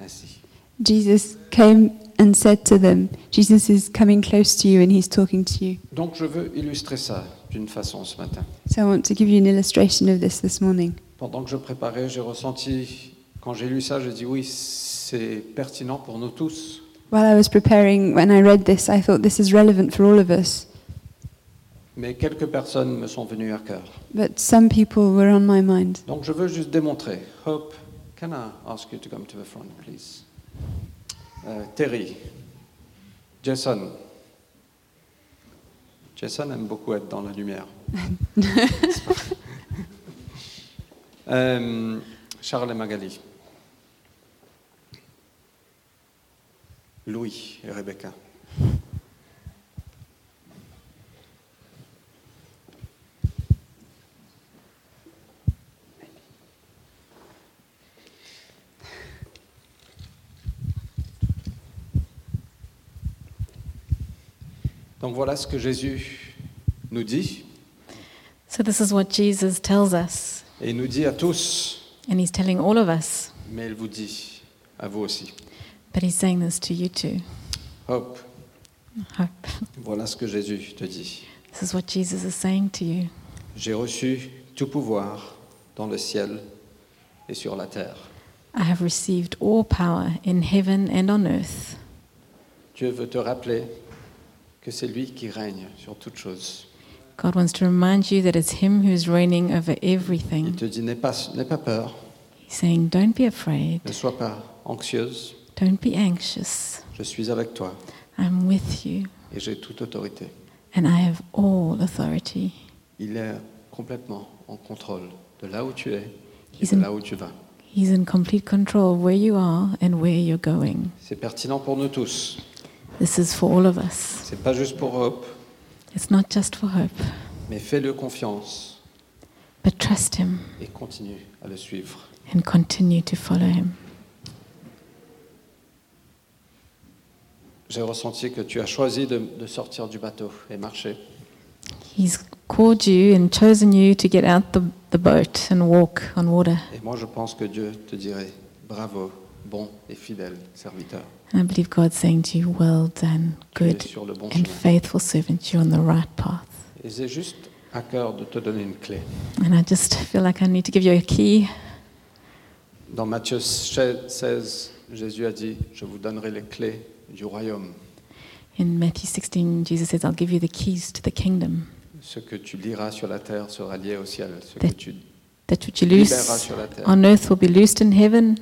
S3: ainsi.
S4: Jesus came and said to them, Jesus is coming close to you and he's talking to you.
S3: Donc je veux illustrer ça d'une façon ce matin.
S4: So I want to give you an illustration of this this morning.
S3: Pendant que je préparais, j'ai ressenti, quand j'ai lu ça, j'ai dit oui, c'est pertinent pour nous tous.
S4: While I was preparing, when I read this, I thought this is relevant for all of us.
S3: Mais quelques personnes me sont venues à cœur.
S4: But some people were on my mind.
S3: Donc je veux juste démontrer. Hope, can I ask you to come to the front, please? Euh, Terry, Jason. Jason aime beaucoup être dans la lumière. Euh, Charles et Magali. Louis et Rebecca. Donc voilà ce que Jésus nous dit.
S6: So, this is what Jesus tells us,
S3: Et il nous dit à tous,
S6: and he's telling all of us,
S3: mais il vous dit à vous aussi.
S6: but he's saying this to you too.
S3: Hope,
S6: Hope. [laughs]
S3: voilà ce que Jésus te dit.
S6: This is what Jesus is saying to you.
S3: J'ai reçu tout pouvoir dans le ciel et sur la terre.
S6: I have received all power in heaven and on earth.
S3: Dieu veut te rappeler que c'est lui qui règne sur toutes choses.
S6: God wants to remind you that it's him who's reigning over
S3: Il
S6: everything.
S3: te dit n'aie pas, n'aie pas peur,
S6: He's saying, Don't be afraid,
S3: ne sois pas anxieuse,
S6: don't be anxious.
S3: je suis avec toi
S6: I'm with you,
S3: et j'ai toute autorité.
S6: and I have all authority.
S3: Il est complètement en contrôle de là où tu es et
S6: Ils
S3: de
S6: aiment-
S3: là où tu vas.
S6: He's in complete control of where you are and where you're going.
S3: C'est pertinent pour nous tous.
S6: This is for all of us.
S3: C'est pas juste pour Hope,
S6: It's not just for hope,
S3: mais fais-le confiance
S6: but trust him.
S3: et continue à le suivre.
S6: and continue to follow him.
S3: J'ai ressenti que tu as choisi de, de sortir du bateau et marcher.
S6: He's called you and chosen you to get out the, the boat and walk on water.
S3: Et moi, je pense que Dieu te dirait bravo, bon et fidèle serviteur.
S6: And I believe God's saying to you, Well done,
S3: Tu es
S6: good
S3: sur le bon chemin.
S6: and faithful servant, you're on the right path.
S3: Et j'ai juste à cœur de te donner une clé.
S6: And I just feel like I need to give you a key.
S3: Dans Matthieu 16, Jésus a dit Je vous donnerai les clés du royaume.
S6: In Matthew 16, Jesus says, I'll give you the keys to the kingdom.
S3: Ce que tu liras sur la terre sera lié au ciel. Ce que tu
S6: That what you
S3: libéreras
S6: loose
S3: sur la terre,
S6: on earth will be loosed in heaven,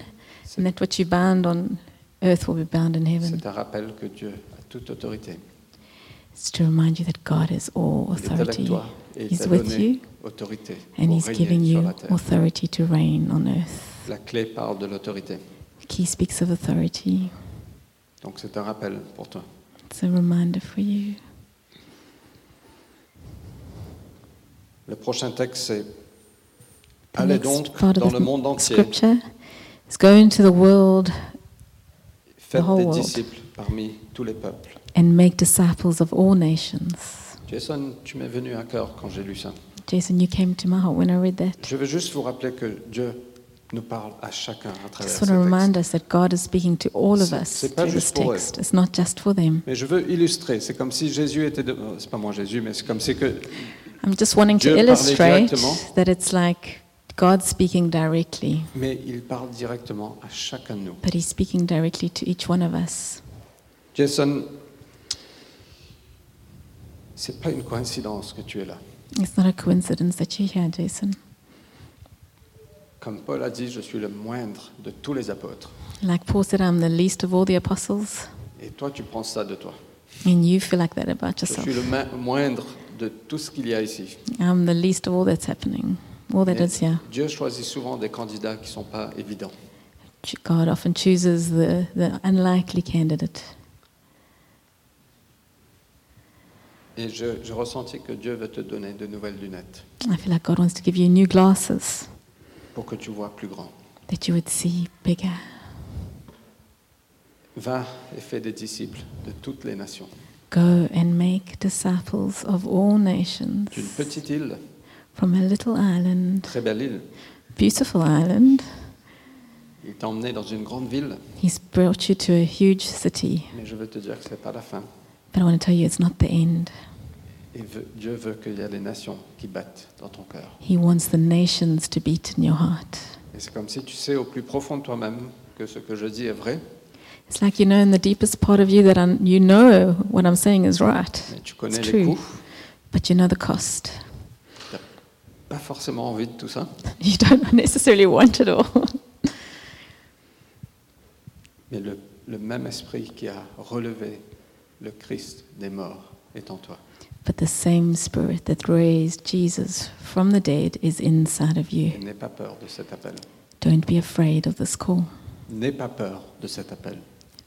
S3: c'est-
S6: and that what you bind on earth will be bound in heaven.
S3: c'est un rappel que Dieu a toute autorité.
S6: It's to remind you that God is all
S3: Il est avec
S6: authority.
S3: toi et il
S6: He's
S3: t'a
S6: with
S3: donné
S6: you.
S3: autorité
S6: And
S3: pour
S6: he's giving
S3: régner sur
S6: you
S3: la terre.
S6: authority to reign on earth.
S3: La clé parle de l'autorité.
S6: He speaks of authority.
S3: Donc c'est un rappel pour toi.
S6: It's a reminder for you.
S3: Le prochain texte, c'est
S6: The
S3: Allez
S6: next
S3: donc
S6: part of
S3: dans
S6: the
S3: le monde entier,
S6: Scripture is go into the world
S3: Faites
S6: whole
S3: des
S6: world.
S3: disciples parmi tous les peuples.
S6: and make disciples of all nations.
S3: Jason, tu m'es venu à cœur quand j'ai lu ça.
S6: Jason, you came to my heart when I read that.
S3: Je veux juste vous rappeler que Dieu nous parle à chacun à travers
S6: Just
S3: ce
S6: want to remind
S3: texte.
S6: us that God is speaking to all of
S3: C'est-
S6: us
S3: c'est pas
S6: through this
S3: juste pour eux.
S6: text. It's not just for them.
S3: Mais je veux illustrer. C'est comme si Jésus était. De... oh, C'est pas moi Jésus, mais c'est comme si que
S6: I'm just wanting to
S3: Dieu parlait
S6: illustrate
S3: directement.
S6: that it's like God speaking directly,
S3: Mais il parle directement à chacun de nous.
S6: but He's speaking directly to each one of us.
S3: Jason, c'est pas une coïncidence que tu es là.
S6: It's not a coincidence that you're here, Jason.
S3: Comme Paul a dit, je suis le moindre de tous les apôtres.
S6: Like Paul said, I'm the least of all the apostles,
S3: Et toi, tu penses ça de toi.
S6: and you feel like that about
S3: Je
S6: yourself.
S3: suis le ma- moindre de tout ce qu'il y a ici.
S6: I'm the least of all that's happening, all that
S3: Mais
S6: is here.
S3: Dieu choisit souvent des candidats qui sont pas évidents.
S6: God often chooses the, the unlikely candidate.
S3: Et je, je ressentis que Dieu veut te donner de nouvelles lunettes
S6: I feel like God wants to give you new glasses
S3: pour que tu vois plus grand.
S6: that you would see bigger.
S3: Va et fais des disciples de toutes les nations.
S6: Go and make disciples of all
S3: D'une
S6: nations
S3: petite île,
S6: from a little island,
S3: très belle île,
S6: beautiful island.
S3: il t'a emmené dans une grande ville,
S6: He's brought you to a huge city,
S3: mais je veux te dire que ce n'est pas la fin.
S6: but I want to tell you it's not the end.
S3: Il veut- Dieu veut qu'il y ait les nations qui battent dans ton cœur.
S6: He wants the nations to beat in your heart.
S3: Et c'est comme si tu sais au plus profond de toi-même que ce que je dis est vrai,
S6: It's like you know in the deepest part of you that i you know what I'm saying is right.
S3: mais tu
S6: It's
S3: connais les
S6: true,
S3: coups.
S6: but you know the cost. [laughs]
S3: Pas forcément envie de tout ça,
S6: You don't [laughs] necessarily want it all. [laughs]
S3: mais le, le même esprit qui a relevé le Christ des morts est en toi.
S6: But the same spirit that raised Jesus from the dead is inside of
S3: Et
S6: you.
S3: n'aie pas peur de cet appel.
S6: Don't be afraid of this call.
S3: N'aie pas peur de cet appel.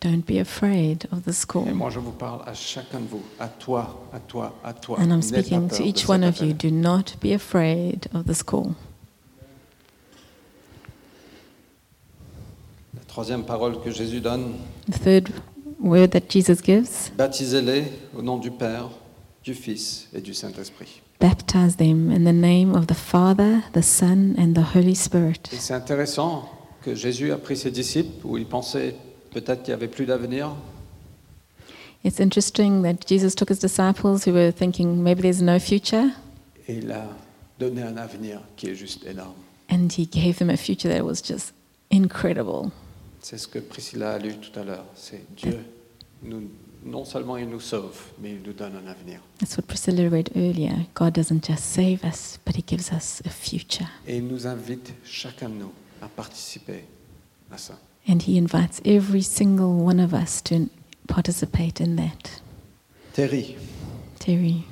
S6: Don't be afraid of this
S3: Et
S6: call.
S3: moi, je vous parle à chacun de vous, à toi, à toi, à toi.
S6: And I'm
S3: N'aie pas
S6: speaking
S3: peur
S6: to
S3: de
S6: each
S3: cet
S6: one of
S3: appel.
S6: you. Do not be afraid of this call.
S3: La troisième parole que Jésus donne,
S6: The third word that Jesus gives
S3: baptisez-les au nom du Père, du Fils et du Saint-Esprit.
S6: baptize them in the name of the Father, the Son, and the Holy Spirit.
S3: Et c'est intéressant que Jésus a pris ses disciples où il pensait peut-être qu'il n'y avait plus d'avenir.
S6: It's interesting that Jesus took his disciples who were thinking maybe there's no future,
S3: Et il a donné un avenir qui est juste énorme.
S6: and he gave them a future that was just incredible.
S3: C'est ce que Priscilla a lu tout à l'heure. C'est Dieu, nous, non seulement il nous sauve, mais il nous donne un avenir.
S6: That's what Priscilla read earlier. God doesn't just save us, but He gives us a future.
S3: Et il nous invite, chacun de nous, à participer à ça.
S6: And He invites every single one of us to participate in that.
S3: Terry,
S6: Terry,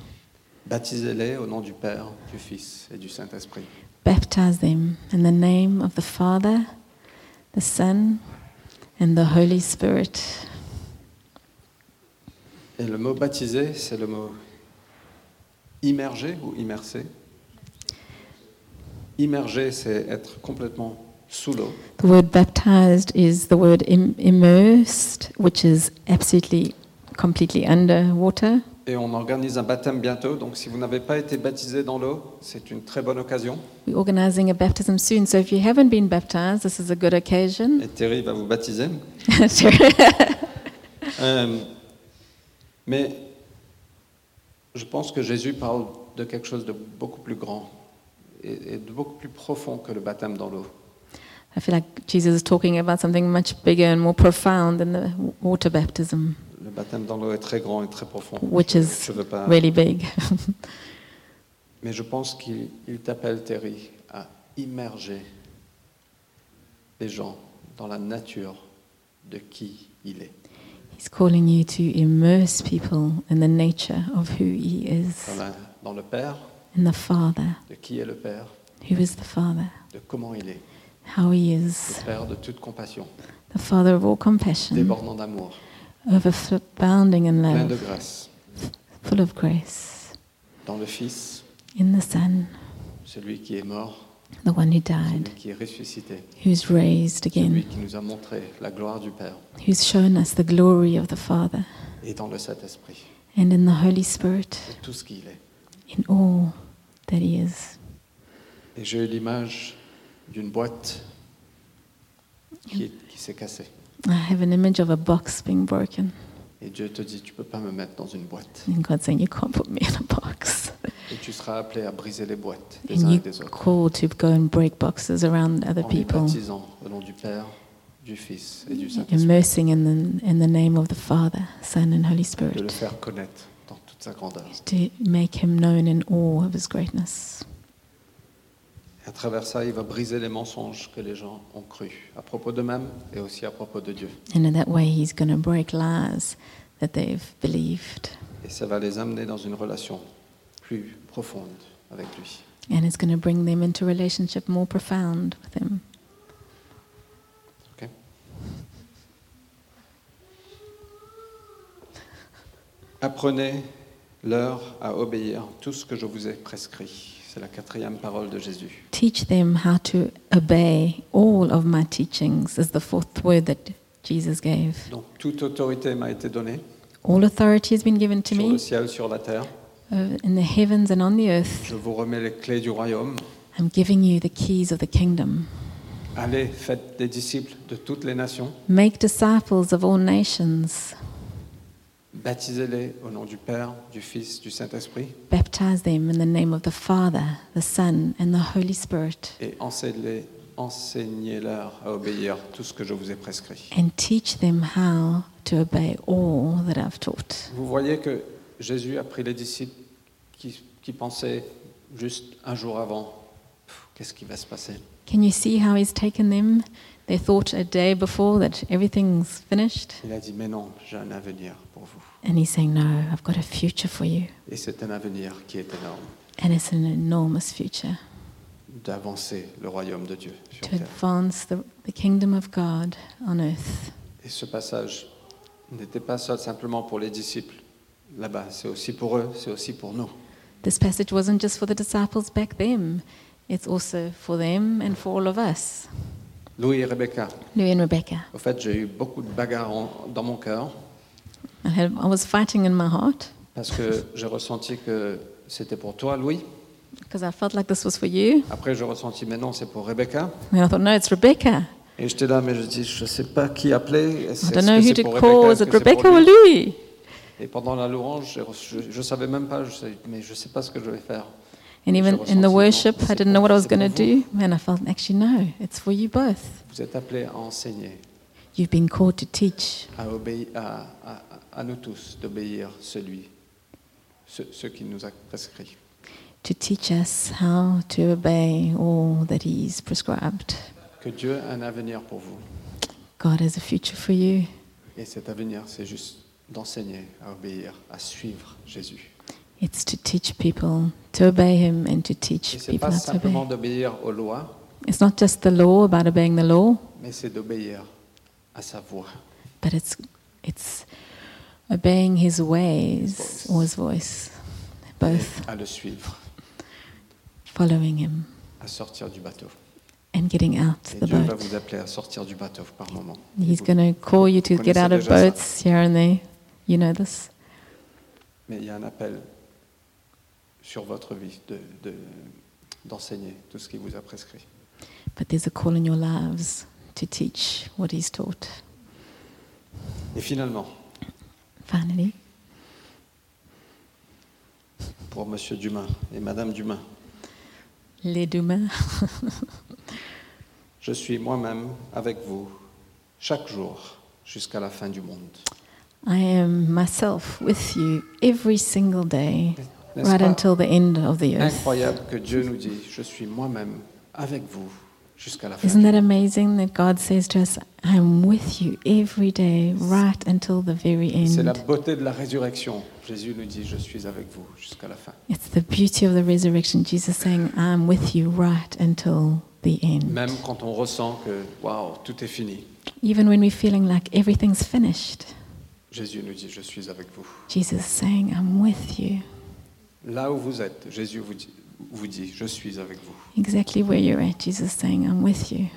S3: baptisez-les au nom du Père, du Fils et du Saint-Esprit.
S6: baptize them in the name of the Father, the Son, and the Holy Spirit.
S3: Et le mot baptiser, c'est le mot immerger ou immerser. Immerger, c'est être complètement sous l'eau.
S6: The word baptized is the word Im- immersed, which is absolutely, completely underwater.
S3: Et on organise un baptême bientôt, donc si vous n'avez pas été baptisé dans l'eau, c'est une très bonne occasion.
S6: We're organizing a baptism soon, so if you haven't been baptized, this is a good occasion.
S3: Et Terry va vous baptiser.
S6: [laughs]
S3: Euh, mais je pense que Jésus parle de quelque chose de beaucoup plus grand et, et de beaucoup plus profond que le baptême dans l'eau.
S6: I feel like Jesus is talking about something much bigger and more profound than the w- water baptism,
S3: Le baptême dans l'eau est très grand et très profond.
S6: which is
S3: Je veux pas.
S6: really big. [laughs]
S3: Mais je pense qu'il il t'appelle, Terry, à immerger les gens dans la nature de qui il est,
S6: He's calling you to immerse people in the nature of who He
S3: dans,
S6: is,
S3: la- dans le Père,
S6: in the Father,
S3: de qui est le Père,
S6: who is the Father,
S3: de comment il est,
S6: how He
S3: le
S6: is,
S3: Père de toute compassion,
S6: the Father of all compassion,
S3: débordant d'amour,
S6: overbounding in
S3: plein de
S6: love,
S3: grâce,
S6: full of grace,
S3: dans le Fils,
S6: in the Son,
S3: celui qui est mort
S6: the one who died,
S3: celui qui est ressuscité,
S6: who's raised
S3: celui
S6: again,
S3: qui nous a montré la gloire du Père
S6: who's shown us the glory of the Father,
S3: et dans le Saint-Esprit,
S6: and in the Holy Spirit,
S3: et tout ce qu'il est.
S6: in all that He is.
S3: Et j'ai eu l'image d'une boîte qui, est- qui s'est cassée.
S6: I have an image of a box being broken,
S3: Et Dieu te dit, tu peux pas me mettre dans une boîte.
S6: and God saying, You can't put me in a box.
S3: Et tu seras appelé à briser les boîtes des uns
S6: And
S3: et
S6: you
S3: des autres.
S6: called to go and break boxes around other
S3: en les
S6: people,
S3: baptisant au nom du Père, du Fils et du Saint-Esprit.
S6: immersing in the, in the name of the Father, Son, and Holy
S3: De le
S6: Spirit,
S3: faire connaître dans toute sa grandeur.
S6: to make Him known in all of His greatness.
S3: Et à travers ça, il va briser les mensonges que les gens ont cru à propos d'eux-mêmes et aussi à propos de Dieu.
S6: And in that way, He's going to break lies that they've believed.
S3: Et ça va les amener dans une relation plus profonde avec lui.
S6: And it's going to bring them into relationship more profound with Him.
S3: Ok Apprenez leur à obéir tout ce que je vous ai prescrit. C'est la quatrième parole de Jésus.
S6: Teach them how to obey all of my teachings, is the fourth word that Jesus gave.
S3: Donc toute autorité m'a été donnée
S6: All authority has been given to
S3: sur le
S6: me
S3: ciel, sur la terre.
S6: uh, in the heavens and on the earth.
S3: Je vous remets les clés du royaume.
S6: I'm giving you the keys of the kingdom.
S3: Allez, faites des disciples de toutes les nations.
S6: Make disciples of all nations,
S3: Baptisez-les au nom du Père, du Fils, du Saint-Esprit
S6: baptize them in the name of the Father, the Son, and the Holy Spirit,
S3: et enseignez- enseignez-leur à obéir tout ce que je vous ai prescrit.
S6: and teach them how to obey all that I've taught.
S3: Vous voyez que Jésus a pris les disciples qui, qui pensaient juste un jour avant, Pff, qu'est-ce qui va se passer
S6: Can you see how he's taken them? They thought a day before that everything's finished.
S3: Il a dit, mais non, j'ai un avenir pour vous.
S6: And he's saying, No, I've got a future for you.
S3: Et c'est un avenir qui est énorme,
S6: And it's an enormous future
S3: d'avancer le royaume de Dieu sur
S6: to
S3: terre.
S6: advance the, the kingdom of God on earth.
S3: Et ce passage n'était pas seul simplement pour les disciples là-bas, c'est aussi pour eux, c'est aussi pour nous.
S6: This passage wasn't just for the disciples back then, it's also for them and for all of us.
S3: Louis et Rebecca,
S6: Louis and Rebecca.
S3: au fait, j'ai eu beaucoup de bagarres en- dans mon cœur
S6: I, had, I was fighting in my heart
S3: parce que j'ai ressenti que c'était pour toi, Louis.
S6: because I felt like this was for you.
S3: Après, j'ai ressenti, mais non, c'est pour Rebecca.
S6: And I thought, No, it's Rebecca.
S3: Et j'étais là, mais je dis, je sais pas qui appeler. Est-ce-
S6: I
S3: est-ce
S6: don't know
S3: que
S6: who
S3: c'est
S6: to
S3: pour
S6: call. Is
S3: Est-ce
S6: it
S3: que c'est pour
S6: Rebecca or
S3: lui
S6: Louis?
S3: Et pendant la louange, j'ai reçu- je, ne savais même pas, je sais- mais je sais pas ce que je vais faire. Je
S6: And even in the
S3: ressens ce
S6: worship,
S3: moment,
S6: I
S3: c'est
S6: didn't know what I
S3: pour-
S6: was
S3: c'est
S6: going to
S3: pour vous.
S6: do. And I felt, actually, no, it's for you both.
S3: Vous êtes appelés à enseigner,
S6: You've been called to teach
S3: à, obéir, à, à- à nous tous d'obéir celui, ce, ce qui nous a prescrit.
S6: to teach us how to obey all that He's prescribed.
S3: Que Dieu a un avenir pour vous.
S6: God has a future for you,
S3: Et cet avenir, c'est juste d'enseigner à obéir, à suivre Jésus.
S6: it's to teach people to obey Him and to teach
S3: Et c'est
S6: people
S3: pas
S6: how to
S3: simplement
S6: obey.
S3: d'obéir aux lois,
S6: It's not just the law about obeying the law,
S3: mais c'est d'obéir à sa voix.
S6: but it's, it's obeying His ways or His voice, both
S3: et à le suivre,
S6: following Him
S3: à sortir du bateau.
S6: and getting out
S3: Et
S6: the
S3: Dieu va vous
S6: boat.
S3: appeler à sortir du bateau par moment.
S6: He's
S3: Vous-
S6: going to call you to
S3: vous
S6: get out of
S3: connaissez déjà ça.
S6: boats here and there. You know this.
S3: Mais il y a un appel sur votre vie de- de- d'enseigner tout ce qu'il vous a prescrit.
S6: But there's a call in your lives to teach what He's taught.
S3: Et finalement,
S6: Finally,
S3: pour Monsieur Dumas et Madame Dumas,
S6: les Dumas.
S3: je suis moi-même avec vous chaque jour jusqu'à la fin du monde.
S6: [laughs] I am myself with you every single day,
S3: N'est-ce
S6: right
S3: pas
S6: until the end of the earth.
S3: Incroyable que Dieu nous dit, je suis moi-même avec vous jusqu'à la fin.
S6: Isn't
S3: du
S6: that
S3: monde.
S6: amazing that God says to us, I am with you every day, right until the very
S3: C'est la
S6: end?
S3: beauté de la résurrection. Jésus nous dit, je suis avec vous jusqu'à la fin.
S6: It's the beauty of the resurrection. Jesus saying, I am with you right until the
S3: Même
S6: end.
S3: quand on ressent que, waouh, tout est fini,
S6: Even when we're feeling like everything's finished,
S3: Jésus nous dit, je suis avec vous.
S6: Jesus is saying, I'm with you.
S3: Là où vous êtes, Jésus vous dit,
S5: vous dit, je suis avec vous.
S6: exactly where you're at. Jesus saying, I'm with you.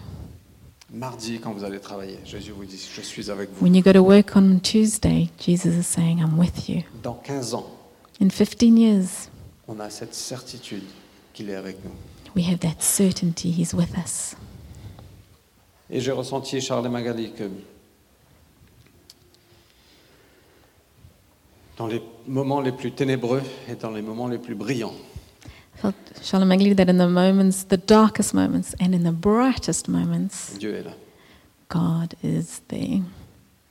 S5: Mardi, quand vous allez travailler, Jésus vous dit, je suis avec vous.
S6: When you go to work on Tuesday, Jesus is saying, I'm with you.
S5: Dans 15 ans,
S6: In 15 years,
S5: on a cette certitude qu'il est avec nous.
S6: we have that certainty He's with us.
S3: Et j'ai ressenti, Charles et Magali, que dans les moments les plus ténébreux et dans les moments les plus brillants,
S6: I felt, Shalom Magli, that in the moments, the darkest moments, and in the brightest moments,
S5: Dieu est là.
S6: God is there.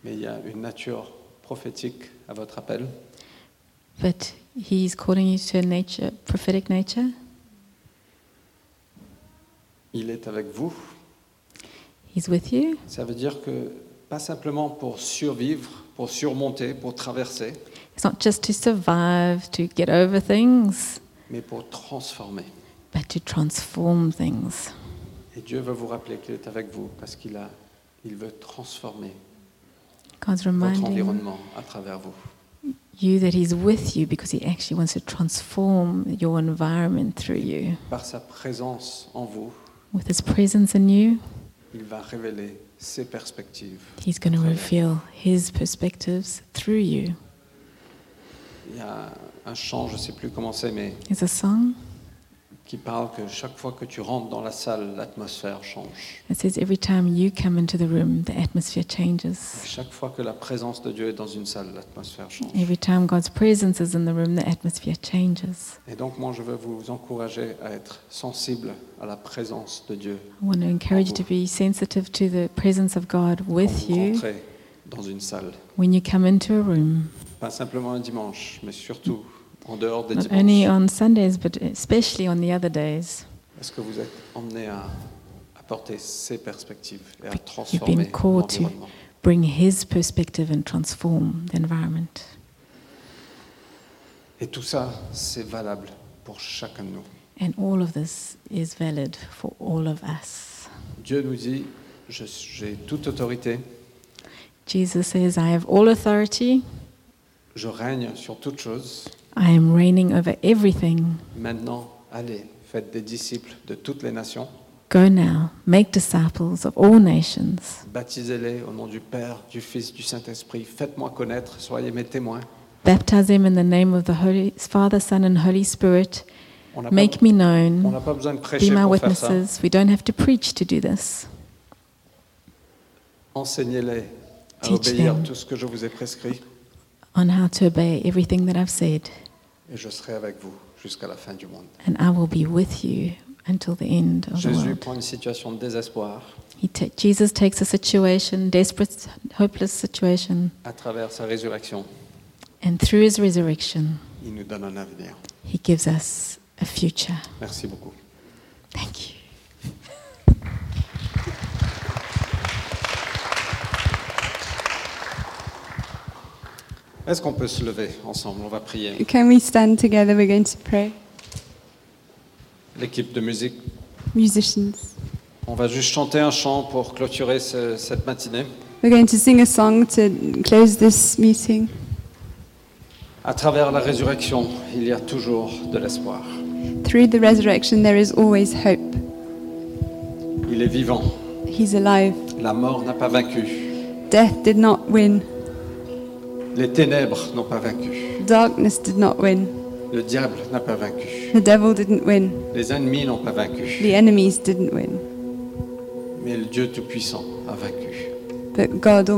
S3: mais il y a une nature prophétique à votre appel
S6: But He's calling you to a nature, prophetic nature.
S3: Il est avec vous.
S6: He's with you.
S3: Ça veut dire que pas simplement pour survivre, pour surmonter, pour traverser,
S6: It's not just to survive, to get over things,
S3: mais pour transformer.
S6: but to transform things.
S3: Et Dieu veut vous rappeler qu'il est avec vous parce qu'il a, il veut transformer
S6: God's
S3: votre
S6: reminding
S3: environnement à travers vous.
S6: you that He's with you because He actually wants to transform your environment through you.
S3: Par sa présence en vous,
S6: With His presence in you,
S3: il va révéler ses perspectives.
S6: He's going to reveal His perspectives through you.
S3: Il y a un chant, je ne sais plus comment c'est, mais
S6: There's a song
S3: qui parle que chaque fois que tu rentres dans la salle, l'atmosphère change.
S6: that says, Every time you come into the room, the atmosphere changes.
S3: Chaque fois que la présence de Dieu est dans une salle, l'atmosphère change.
S6: Every time God's presence is in the room, the atmosphere changes.
S3: Et donc moi, je veux vous encourager à être sensible à la présence de Dieu.
S6: I want to encourage you to be sensitive to the presence of God with
S3: Quand vous
S6: you
S3: rentrez dans une salle,
S6: when you come into a room.
S3: pas simplement un dimanche, mais surtout en dehors des
S6: Not only
S3: dimanches.
S6: on Sundays, but especially on the other days.
S3: Est-ce que vous êtes emmené à apporter ces perspectives et à
S6: You've been
S3: transformer
S6: called to
S3: l'environnement
S6: bring His perspective and transform the environment.
S3: Et tout ça, c'est valable pour chacun de nous.
S6: And all of this is valid for all of us.
S3: Dieu nous dit, je- j'ai toute autorité,
S6: Jesus says, I have all authority,
S3: je règne sur toute chose.
S6: I am reigning over everything.
S3: Maintenant, allez, faites des disciples de toutes les nations,
S6: Go now, make disciples of all nations,
S3: baptisez-les au nom du Père, du Fils, du Saint-Esprit, faites-moi connaître, soyez mes témoins.
S6: baptize them in the name of the Holy Father, Son, and Holy Spirit.
S3: On n'a
S6: Make
S3: pas,
S6: me
S3: on n'a
S6: known,
S3: pas besoin de
S6: be
S3: prêcher
S6: my
S3: pour faire ça.
S6: witnesses. We don't have to preach to do this.
S3: Enseignez-les à
S6: Teach
S3: obéir
S6: them.
S3: tout ce que je vous ai prescrit
S6: on how to obey everything that I've said,
S3: et je serai avec vous jusqu'à la fin du monde.
S6: and I will be with you until the end of the
S3: Jésus
S6: world.
S3: prend une situation de désespoir,
S6: He ta- Jesus takes a situation, desperate, hopeless situation,
S3: à travers sa résurrection,
S6: and through his resurrection,
S3: il nous donne un avenir.
S6: he gives us a future.
S3: Merci beaucoup.
S6: Thank you.
S3: Est-ce qu'on peut se lever ensemble On va prier.
S4: Can we stand together? We're going to pray.
S3: L'équipe de musique,
S4: Musicians.
S3: on va juste chanter un chant pour clôturer ce- cette matinée.
S4: We're going to sing a song to close this meeting.
S3: À travers la résurrection, il y a toujours de l'espoir.
S4: Through the resurrection, there is always hope.
S3: Il est vivant.
S4: He's alive.
S3: La mort n'a pas vaincu.
S4: Death did not win,
S3: Les ténèbres n'ont pas vaincu.
S4: darkness did not win,
S3: Le diable n'a pas vaincu.
S4: the devil didn't win,
S3: Les ennemis n'ont pas vaincu.
S4: the enemies didn't win,
S3: Mais le Dieu Tout-Puissant a vaincu.
S4: but God